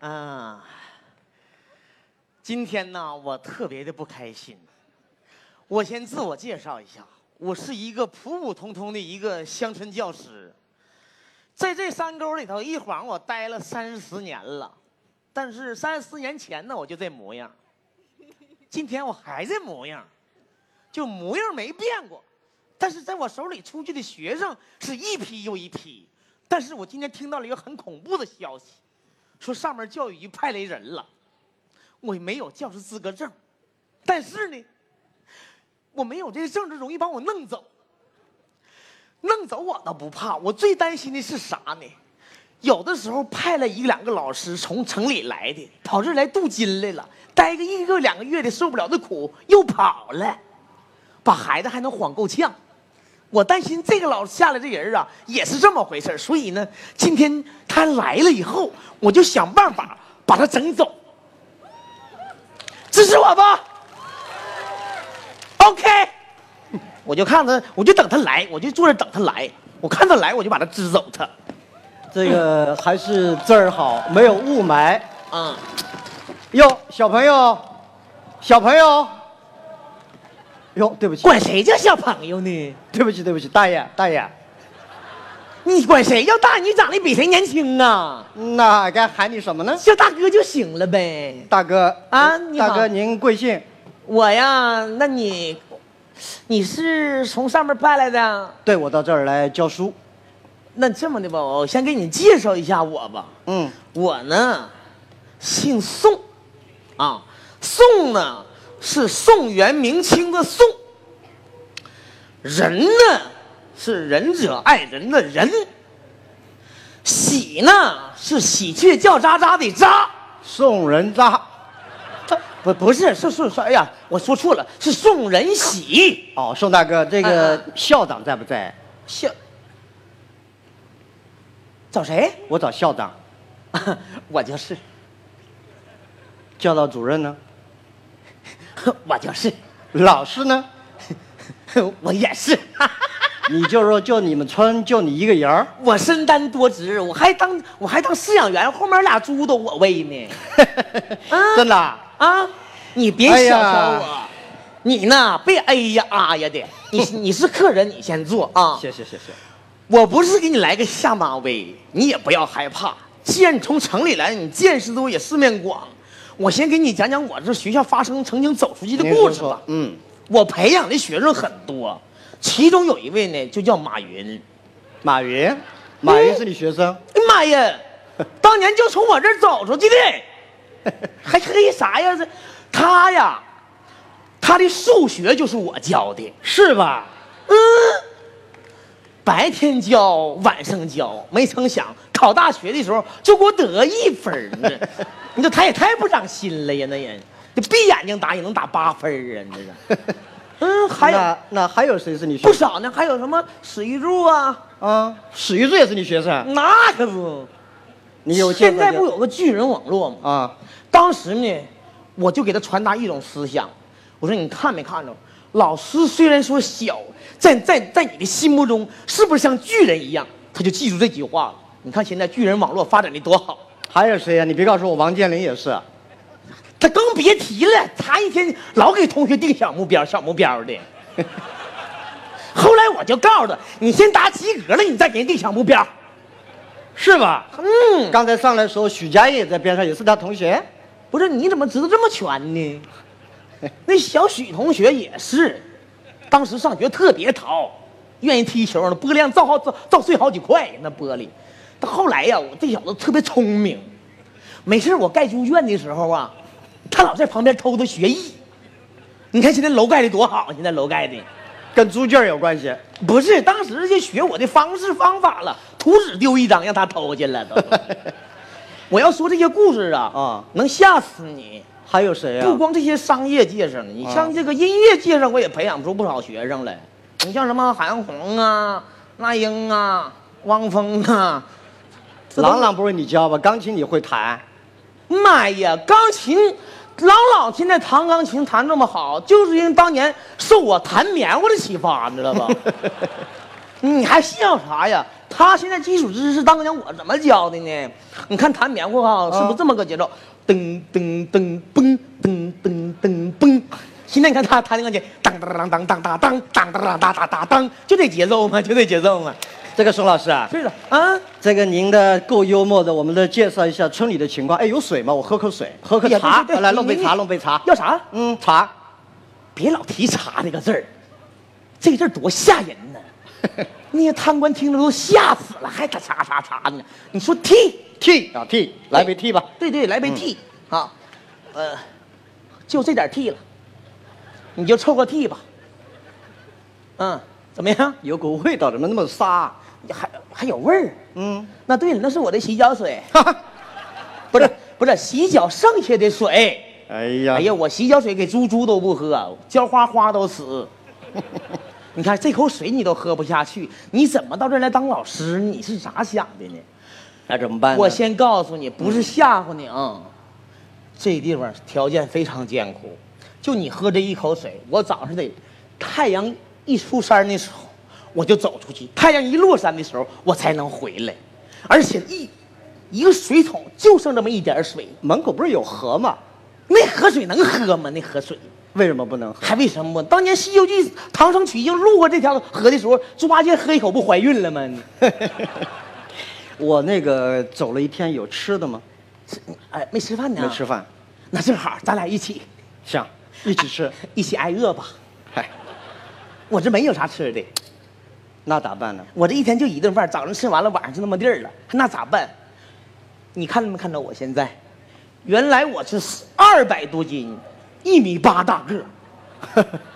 啊，今天呢，我特别的不开心。我先自我介绍一下，我是一个普普通通的一个乡村教师，在这山沟里头一晃我待了三十年了，但是三十年前呢，我就这模样，今天我还这模样，就模样没变过。但是在我手里出去的学生是一批又一批，但是我今天听到了一个很恐怖的消息，说上面教育局派来人了，我没有教师资格证，但是呢，我没有这个证就容易把我弄走，弄走我倒不怕，我最担心的是啥呢？有的时候派了一两个老师从城里来的，跑这儿来镀金来了，待个一个两个月的受不了的苦又跑了，把孩子还能晃够呛。我担心这个老师下来这人啊，也是这么回事儿所以呢，今天他来了以后，我就想办法把他整走。支持我吧，OK，我就看他，我就等他来，我就坐这儿等他来。我看他来，我就把他支走他。这个还是字儿好，没有雾霾。嗯，哟，小朋友，小朋友，哟，对不起，管谁叫小朋友呢？对不起，对不起，大爷，大爷，你管谁叫大？你长得比谁年轻啊？那该喊你什么呢？叫大哥就行了呗。大哥啊嗯你好大哥您贵姓？我呀，那你，你是从上面派来的？对，我到这儿来教书。那这么的吧，我先给你介绍一下我吧。嗯，我呢，姓宋，啊，宋呢是宋元明清的宋，仁呢是仁者爱人的仁，喜呢是喜鹊叫喳喳的喳，宋人渣。不不是是是是，哎呀，我说错了，是宋仁喜，哦，宋大哥，嗯这个校长在不在？笑，找谁？我找校长。 我就是，教导主任呢？我就是，老师呢？我也是。你就说就你们村就你一个人儿，我身担多职，我还当我还当饲养员，后面俩猪都我喂呢。啊 真的啊？啊，你别哎小呀瞧我，你呢别哎呀啊呀的，你你是客人，你先坐 啊。谢谢谢谢。我不是给你来个下马威，你也不要害怕。既然你从城里来，你见识多也世面广。我先给你讲讲我这学校发生曾经走出去的您故说事吧说。嗯，我培养的学生很多，其中有一位呢就叫马云。马云，马云是你学生？哎呀妈呀，当年就从我这儿走出去的，还黑啥呀？这他呀，他的数学就是我教的，是吧？嗯，白天教，晚上教，没成想考大学的时候就给我得一分儿呢，你说他也太不长心了呀，那人。这闭眼睛打也能打八分儿啊！你这是，嗯，还有那那还有谁是你学不生？少呢，还有什么史玉柱啊，啊，史玉柱也是你学生？那可不。你有见现过在这不有个巨人网络吗？啊？当时呢，我就给他传达一种思想，我说你看没看着，老师虽然说小，在在在你的心目中是不是像巨人一样？他就记住这句话了。你看现在巨人网络发展的多好，还有谁呀、啊你别告诉我王健林也是。他更别提了，他一天老给同学定小目标、小目标 的。后来我就告诉他，你先答及格了，你再给人定小目标。是吧？嗯，刚才上来的时候，许家印也在边上，也是他同学。不是你怎么知道这么全呢？那小许同学也是，当时上学特别淘，愿意踢球，那玻璃上造好造造碎好几块那玻璃。到后来呀、我这小子特别聪明，没事儿我盖猪圈的时候啊，他老在旁边偷偷学艺。你看现在楼盖的多好，现在楼盖的。跟猪圈儿有关系。不是，当时就学我的方式方法了，图纸丢一张，让他偷去了都。 我要说这些故事啊，啊能吓死你！还有谁呀、啊不光这些商业界上的，你像这个音乐界上，我也培养出不少学生来。你像什么韩红啊、那英啊、汪峰啊，这都郎朗不是你教吧？钢琴你会弹？妈呀，钢琴，朗朗现在弹钢琴弹这么好，就是因为当年受我弹棉花的启发，你知道吧？你还笑啥呀？他现在基础知识当讲我怎么教的呢？你看弹棉花哈，是不是这么个节奏？噔噔噔嘣噔噔噔嘣。现在你看他弹那个节，当当当当当当当当当当当当当，就这节奏嘛，就这节奏嘛。这个宋老师啊，对的啊，这个您的够幽默的，我们再介绍一下村里的情况。哎，有水吗？我喝口水，喝口哎呀茶，对对对来弄杯你茶，弄杯茶。要啥？嗯，茶。别老提“茶”这个字儿，这个字儿多吓人 呢！那些贪官听着都吓死了，还查查查查呢？你说 T， T 啊 T，来杯 T 吧。对对，来杯 T、啊，呃，就这点 T 了，你就凑个 T 吧。嗯，怎么样？有股味道，怎么那么沙？还还有味儿？嗯，那对了，那是我的洗脚水，哈哈，不是不是洗脚剩下的水。哎呀，哎呀，，我洗脚水给猪猪都不喝，啊浇花花都死。 你看这口水你都喝不下去，你怎么到这儿来当老师？你是咋想的呢？那怎么办呢？我先告诉你，不是吓唬你啊、这地方条件非常艰苦，就你喝这一口水，我早上得太阳一出山的时候，我就走出去；太阳一落山的时候，我才能回来。而且一一个水桶就剩这么一点水，门口不是有河吗？那河水能喝吗？那河水。为什么不能喝？还为什么？当年《西游记》唐僧取经路过这条河的时候，猪八戒喝一口不怀孕了吗？你我那个走了一天，有吃的吗？哎，没吃饭呢？没吃。饭，那正好，咱俩一起啊 行，哎一起吃。一起挨饿吧。嗨，我这没有啥吃的，那咋办呢？我这一天就一顿饭，早上吃完了，晚上就那么地儿了，那咋办？你看没看到我现在？原来我是二百多斤，一米八大个儿。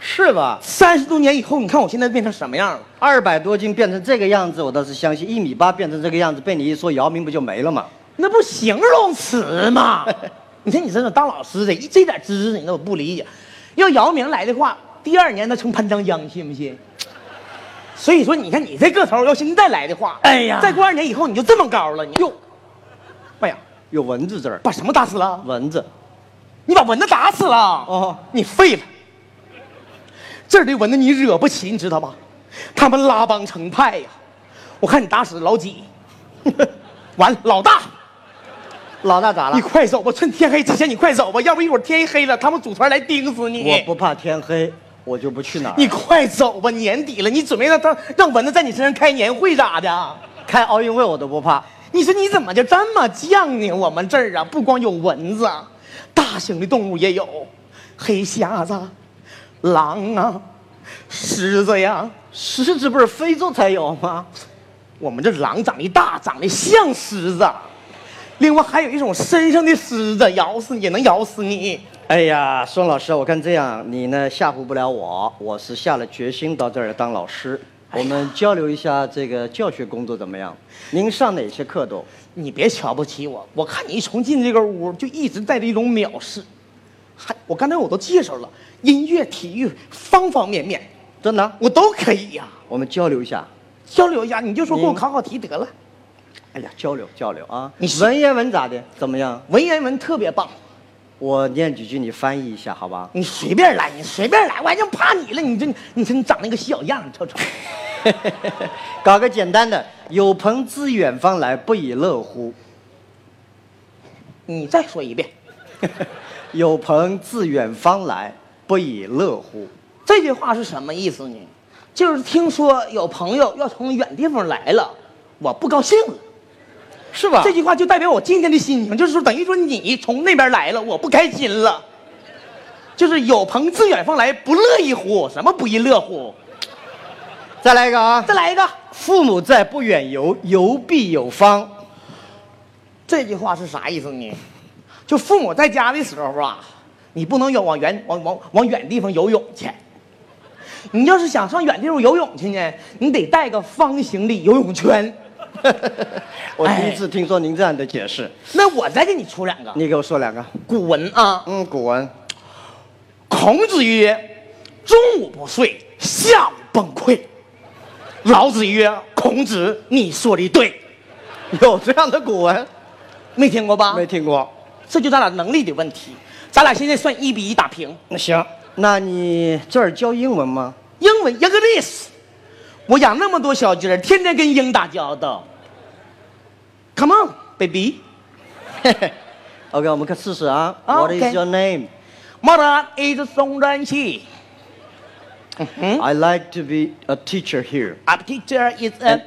是吧？三十多年以后，你看我现在变成什么样了？二百多斤变成这个样子，我倒是相信。一米八变成这个样子，被你一说，姚明不就没了吗？那不形容词吗？ 你看你这种当老师的，一这点知识你都不理解。要姚明来的话，第二年他成潘长江，信不信？所以说，你看你这个头，要现在来的话，哎呀再过二年以后你就这么高了，你哟，哎呀，有蚊子字儿，把什么打死了？蚊子。你把蚊子打死了？哦，你废了！这儿的蚊子你惹不起，你知道吗？他们拉帮成派呀！我看你打死老几， 完了老大。老大咋了你？快走吧，趁天黑之前你快走吧，要不一会儿天一黑了，他们组团来盯死你。我不怕天黑，我就不去哪儿。你快走吧，年底了，你准备让他让蚊子在你身上开年会咋的？开奥运会我都不怕。你说你怎么就这么犟呢？我们这儿啊，不光有蚊子，大型的动物也有，黑匣子、狼啊、狮子呀。狮子不是非洲才有吗？我们这狼长得大，长得像狮子。啊另外还有一种身上的狮子，咬死你也能咬死你。哎呀，孙老师，我看这样你呢吓唬不了我，我是下了决心到这儿来当老师。我们交流一下这个教学工作怎么样？您上哪些课都？你别瞧不起我，我看你一从进这个屋就一直带着一种藐视。还我刚才我都介绍了，音乐、体育方方面面真的？我都可以呀、我们交流一下。交流一下，你就说给我您考考题得了。哎呀，交流交流啊！你是文言文咋的？怎么样？文言文特别棒，我念几句，你翻译一下，好 吧？你随便来，你随便来，我还就怕你了。你这你这你长那个小样，你瞅瞅。搞个简单的。有朋自远方来，不亦乐乎？你再说一遍，有朋自远方来，不亦乐乎？这句话是什么意思呢？就是听说有朋友要从远地方来了，我不高兴了。是吧这句话就代表我今天的心情，就是说等于说你从那边来了，我不开心了。就是有朋自远方来，不乐意乎？什么不亦乐乎？再来一个啊！再来一个，父母在，不远游，游必有方。这句话是啥意思呢？就父母在家的时候啊，你不能有往远往往往远地方游泳去。你要是想上远地方游泳去呢，你得带个方形的游泳圈。我第一次听说您这样的解释，那我再给你出两个你给我说两个。古文啊，嗯，古文。孔子曰：“中午不睡，下午崩溃。”老子曰：“孔子，你说的对，有这样的古文？没听过吧没？听过。这就咱俩能力的问题。咱俩现在算一比一打平。那行，那你这儿教英文吗？英文 English，我养那么多小鸡儿，天天跟鹰打交道。Come on, baby. OK，我们看试试啊。啊 What OK is your name? Mother is 宋丹熙。 I like to be a teacher here. Our teacher is a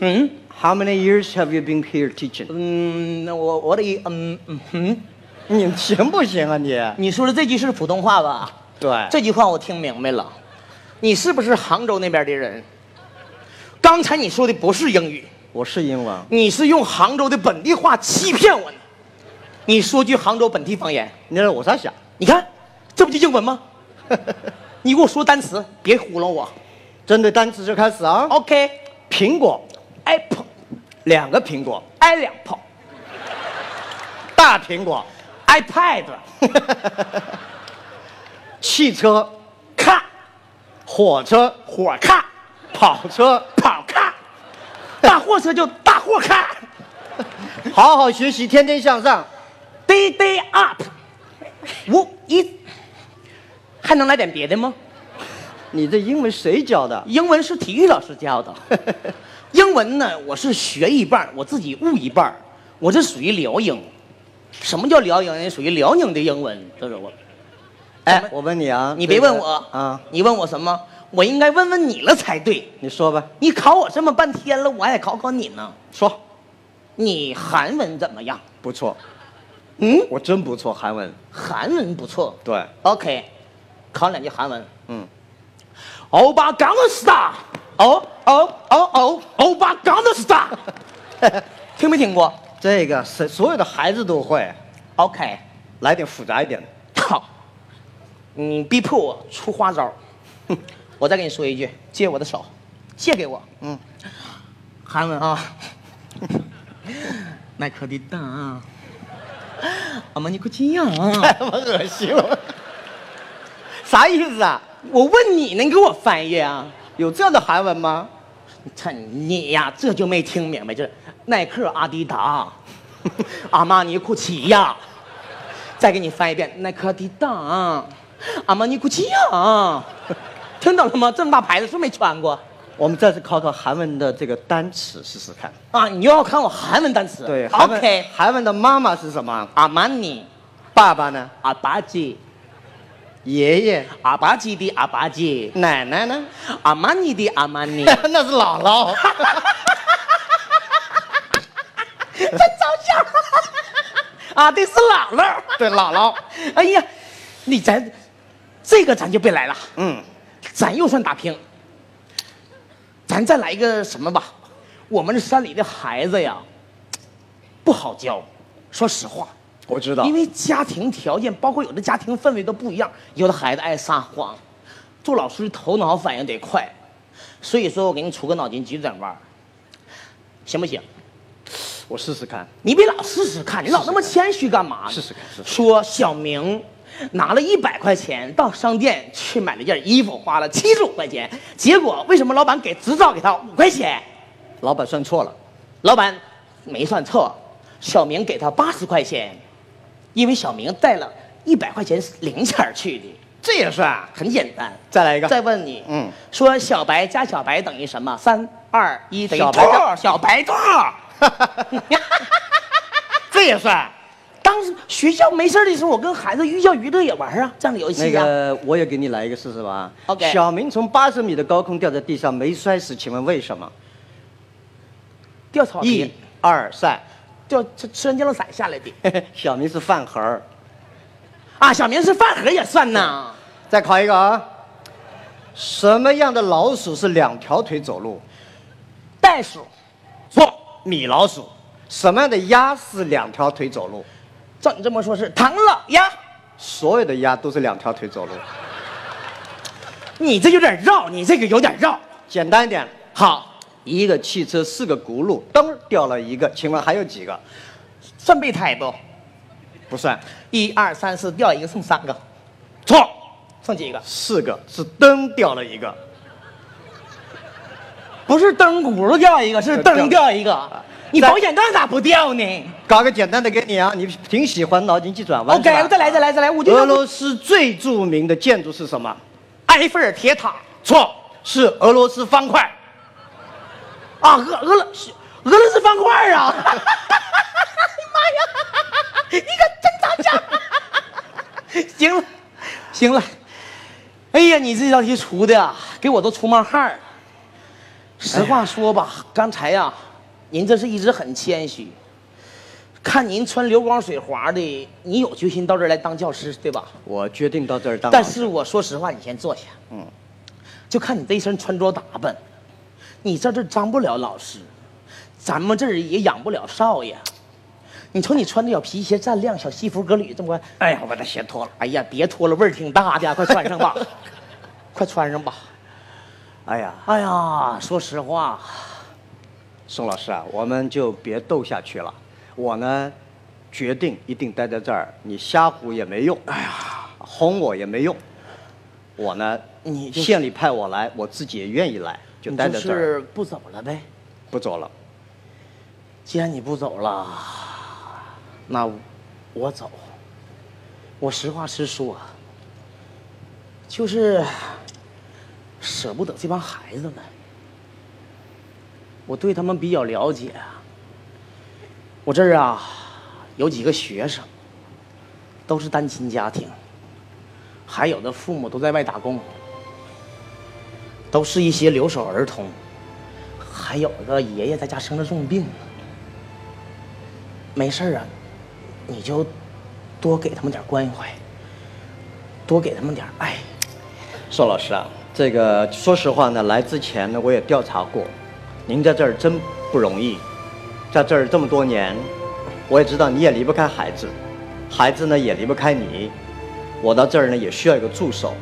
嗯 How many years have you been here teaching？ 嗯，那我我得嗯嗯哼，你行不行啊你？你说的这句是普通话吧？对这句话我听明白了，你是不是杭州那边的人？刚才你说的不是英语，我是英文。你是用杭州的本地话欺骗我呢。你说句杭州本地方言，你让我咋想？你看，这不就英文吗？ 你给我说单词，别糊弄我。针对单词就开始啊。哦 OK，apple，苹果，两个苹果， i 两炮大苹果， ，iPad，汽车，看火车，火看跑车。跑看，大货车就大货看好好学习，天天向上。 ，day day up，五一，还能来点别的吗？你这英文谁教的？英文是体育老师教的， 英文呢，我是学一半儿，我自己悟一半儿，我这属于辽英。什么叫辽英？人家属于辽宁的英文，这是我。哎，我问你啊，你别这个问我啊，，你问我什么？我应该问问你了才对。你说吧，你考我这么半天了，我还得考考你呢。说，你韩文怎么样？不错，嗯，我真不错，韩文，韩文不错。对， OK，考两句韩文。嗯，欧巴刚的是大，哦哦哦哦，欧巴刚的是大， 听没听过这个谁所有的孩子都会， ？OK，来点复杂一点的。好，你逼迫我出花招儿， 我再跟你说一句，借我的手，借给我。嗯，韩文啊， 耐克的大， 阿玛尼古奇亚。我哎恶心了，啥意思啊？我问你呢，你给我翻译啊！有这样的韩文吗？你看你呀，这就没听明白，这耐克、阿迪 达、阿玛尼、库奇呀。再给你翻一遍，耐克、阿迪达、阿玛尼、库奇呀。听懂了吗？这么大牌子是不是没穿过我们再次考考韩文的这个单词试试看。啊？你又要看我韩文单词？对，韩文，OK，韩文的妈妈是什么？阿玛尼、爸爸呢？阿巴基、爷爷？阿巴基的阿巴基、奶奶呢？阿玛尼的阿玛尼， 那是姥姥。真招笑。 啊，这是姥姥。 对，姥姥。哎呀，你咱这个咱就别来了，嗯，咱又算打平。咱再来一个什么吧？我们这山里的孩子呀，不好教，说实话，我知道因。为家庭条件，包括有的家庭氛围都不一样，有的孩子爱撒谎，做老师头脑反应得快，所以说我给你出个脑筋急转弯儿，行不行？我试试看。你别老试试看，你老那么谦虚干嘛呢？试试看试试看说小明拿了一百块钱到商店去买了件衣服，花了七十五块钱，结果为什么老板给只找给他五块钱？老板算错了，老板没算错，小明给他八十块钱，因为小明带了一百块钱零钱儿去的，这也啊算。很简单。再来一个。再问你，嗯，说小白加小白等于什么？三二一，等于小白兔儿小白兔 儿。这也算。当时学校没事儿的时候，我跟孩子寓教于乐也玩儿啊，这样的游戏那呀、个，我也给你来一个试试吧。 OK 小明从八十米的高空掉在地上没摔死，请问为什么？掉草一皮，二三， 掉吃吃完降落伞下来的。小明是饭盒儿。啊，小明是饭盒也算呐。再考一个啊。什么样的老鼠是两条腿走路？袋鼠、错，米老鼠。什么样的鸭是两条腿走路？照你这么说是唐老鸭，所有的鸭都是两条腿走路。你这有点绕，你这个有点绕。简单一点，好，一个汽车四个轱辘，噔儿掉了一个，请问还有几个？算备胎不？不算，一二三四，掉一个剩三个，错，剩几个？四个是灯掉了一个。不是灯轱辘掉一个，是灯掉一个。你在保险杠咋不掉呢搞个简单的给你啊，你挺喜欢脑筋急转弯。 ？OK，是吧再来再来再来，我就俄罗斯最著名的建筑是什么？埃菲尔铁塔。错，是俄罗斯方块。啊，俄俄罗斯俄罗斯方块啊！哎呀 妈呀，你可真打架！ 行了，行了，哎呀，你这道题出的啊给我都出冒汗儿。实话说吧，刚才哎呀、您这是一直很谦虚。看您穿流光水滑的，你有决心到这儿来当教师，对吧？我决定到这儿当老但师。是我说实话，你先坐下。嗯，就看你这一身穿着打扮，你在这儿当不了老师，咱们这儿也养不了少爷。你瞅你穿的小皮鞋锃亮，小西服革履这么快，哎呀，我把这鞋脱了。哎呀，别脱了，味儿挺大的，快穿上 吧，快穿上吧。哎呀，哎呀，说实话，宋老师啊，我们就别斗下去了。我呢，决定一定待在这儿，你瞎唬也没用，哎呀，哄我也没用。我呢，你就是县里派我来，我自己也愿意来，就你待就在这儿，是不走了呗。不走了。既然你不走了，那我走。我实话实说，啊就是舍不得这帮孩子们。我对他们比较了解。啊我这儿啊，有几个学生，都是单亲家庭，还有的父母都在外打工，都是一些留守儿童，还有的爷爷在家生了重病了。没事儿啊，你就多给他们点关怀，多给他们点爱。宋老师啊，这个说实话呢，来之前呢，我也调查过，您在这儿真不容易，在这儿这么多年，我也知道你也离不开孩子，孩子呢也离不开你，我到这儿呢也需要一个助手，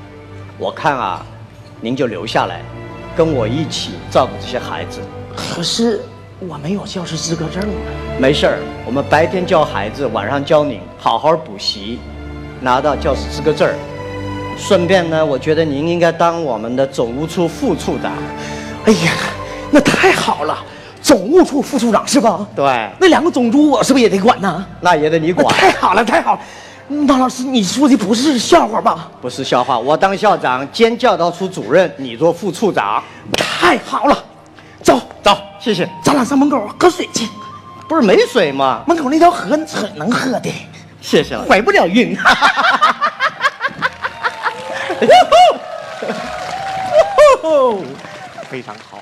我看啊，您就留下来，跟我一起照顾这些孩子。可是我没有教师资格证啊！没事儿，我们白天教孩子，晚上教你，好好补习，拿到教师资格证儿。顺便呢，我觉得您应该当我们的总务处副处长。哎呀，那太好了，总务处副处长是吧？对，那两个总督我是不是也得管呢？那也得你那管，太好了，太好了！那老师，你说的不是笑话吧？ 不是笑话。我当校长兼教导处主任，你做副处长。太好了，走，走，谢谢。咱俩上门口喝水去。不是没水吗？门口那条河很能喝的，谢谢了。怀不了孕。非常好。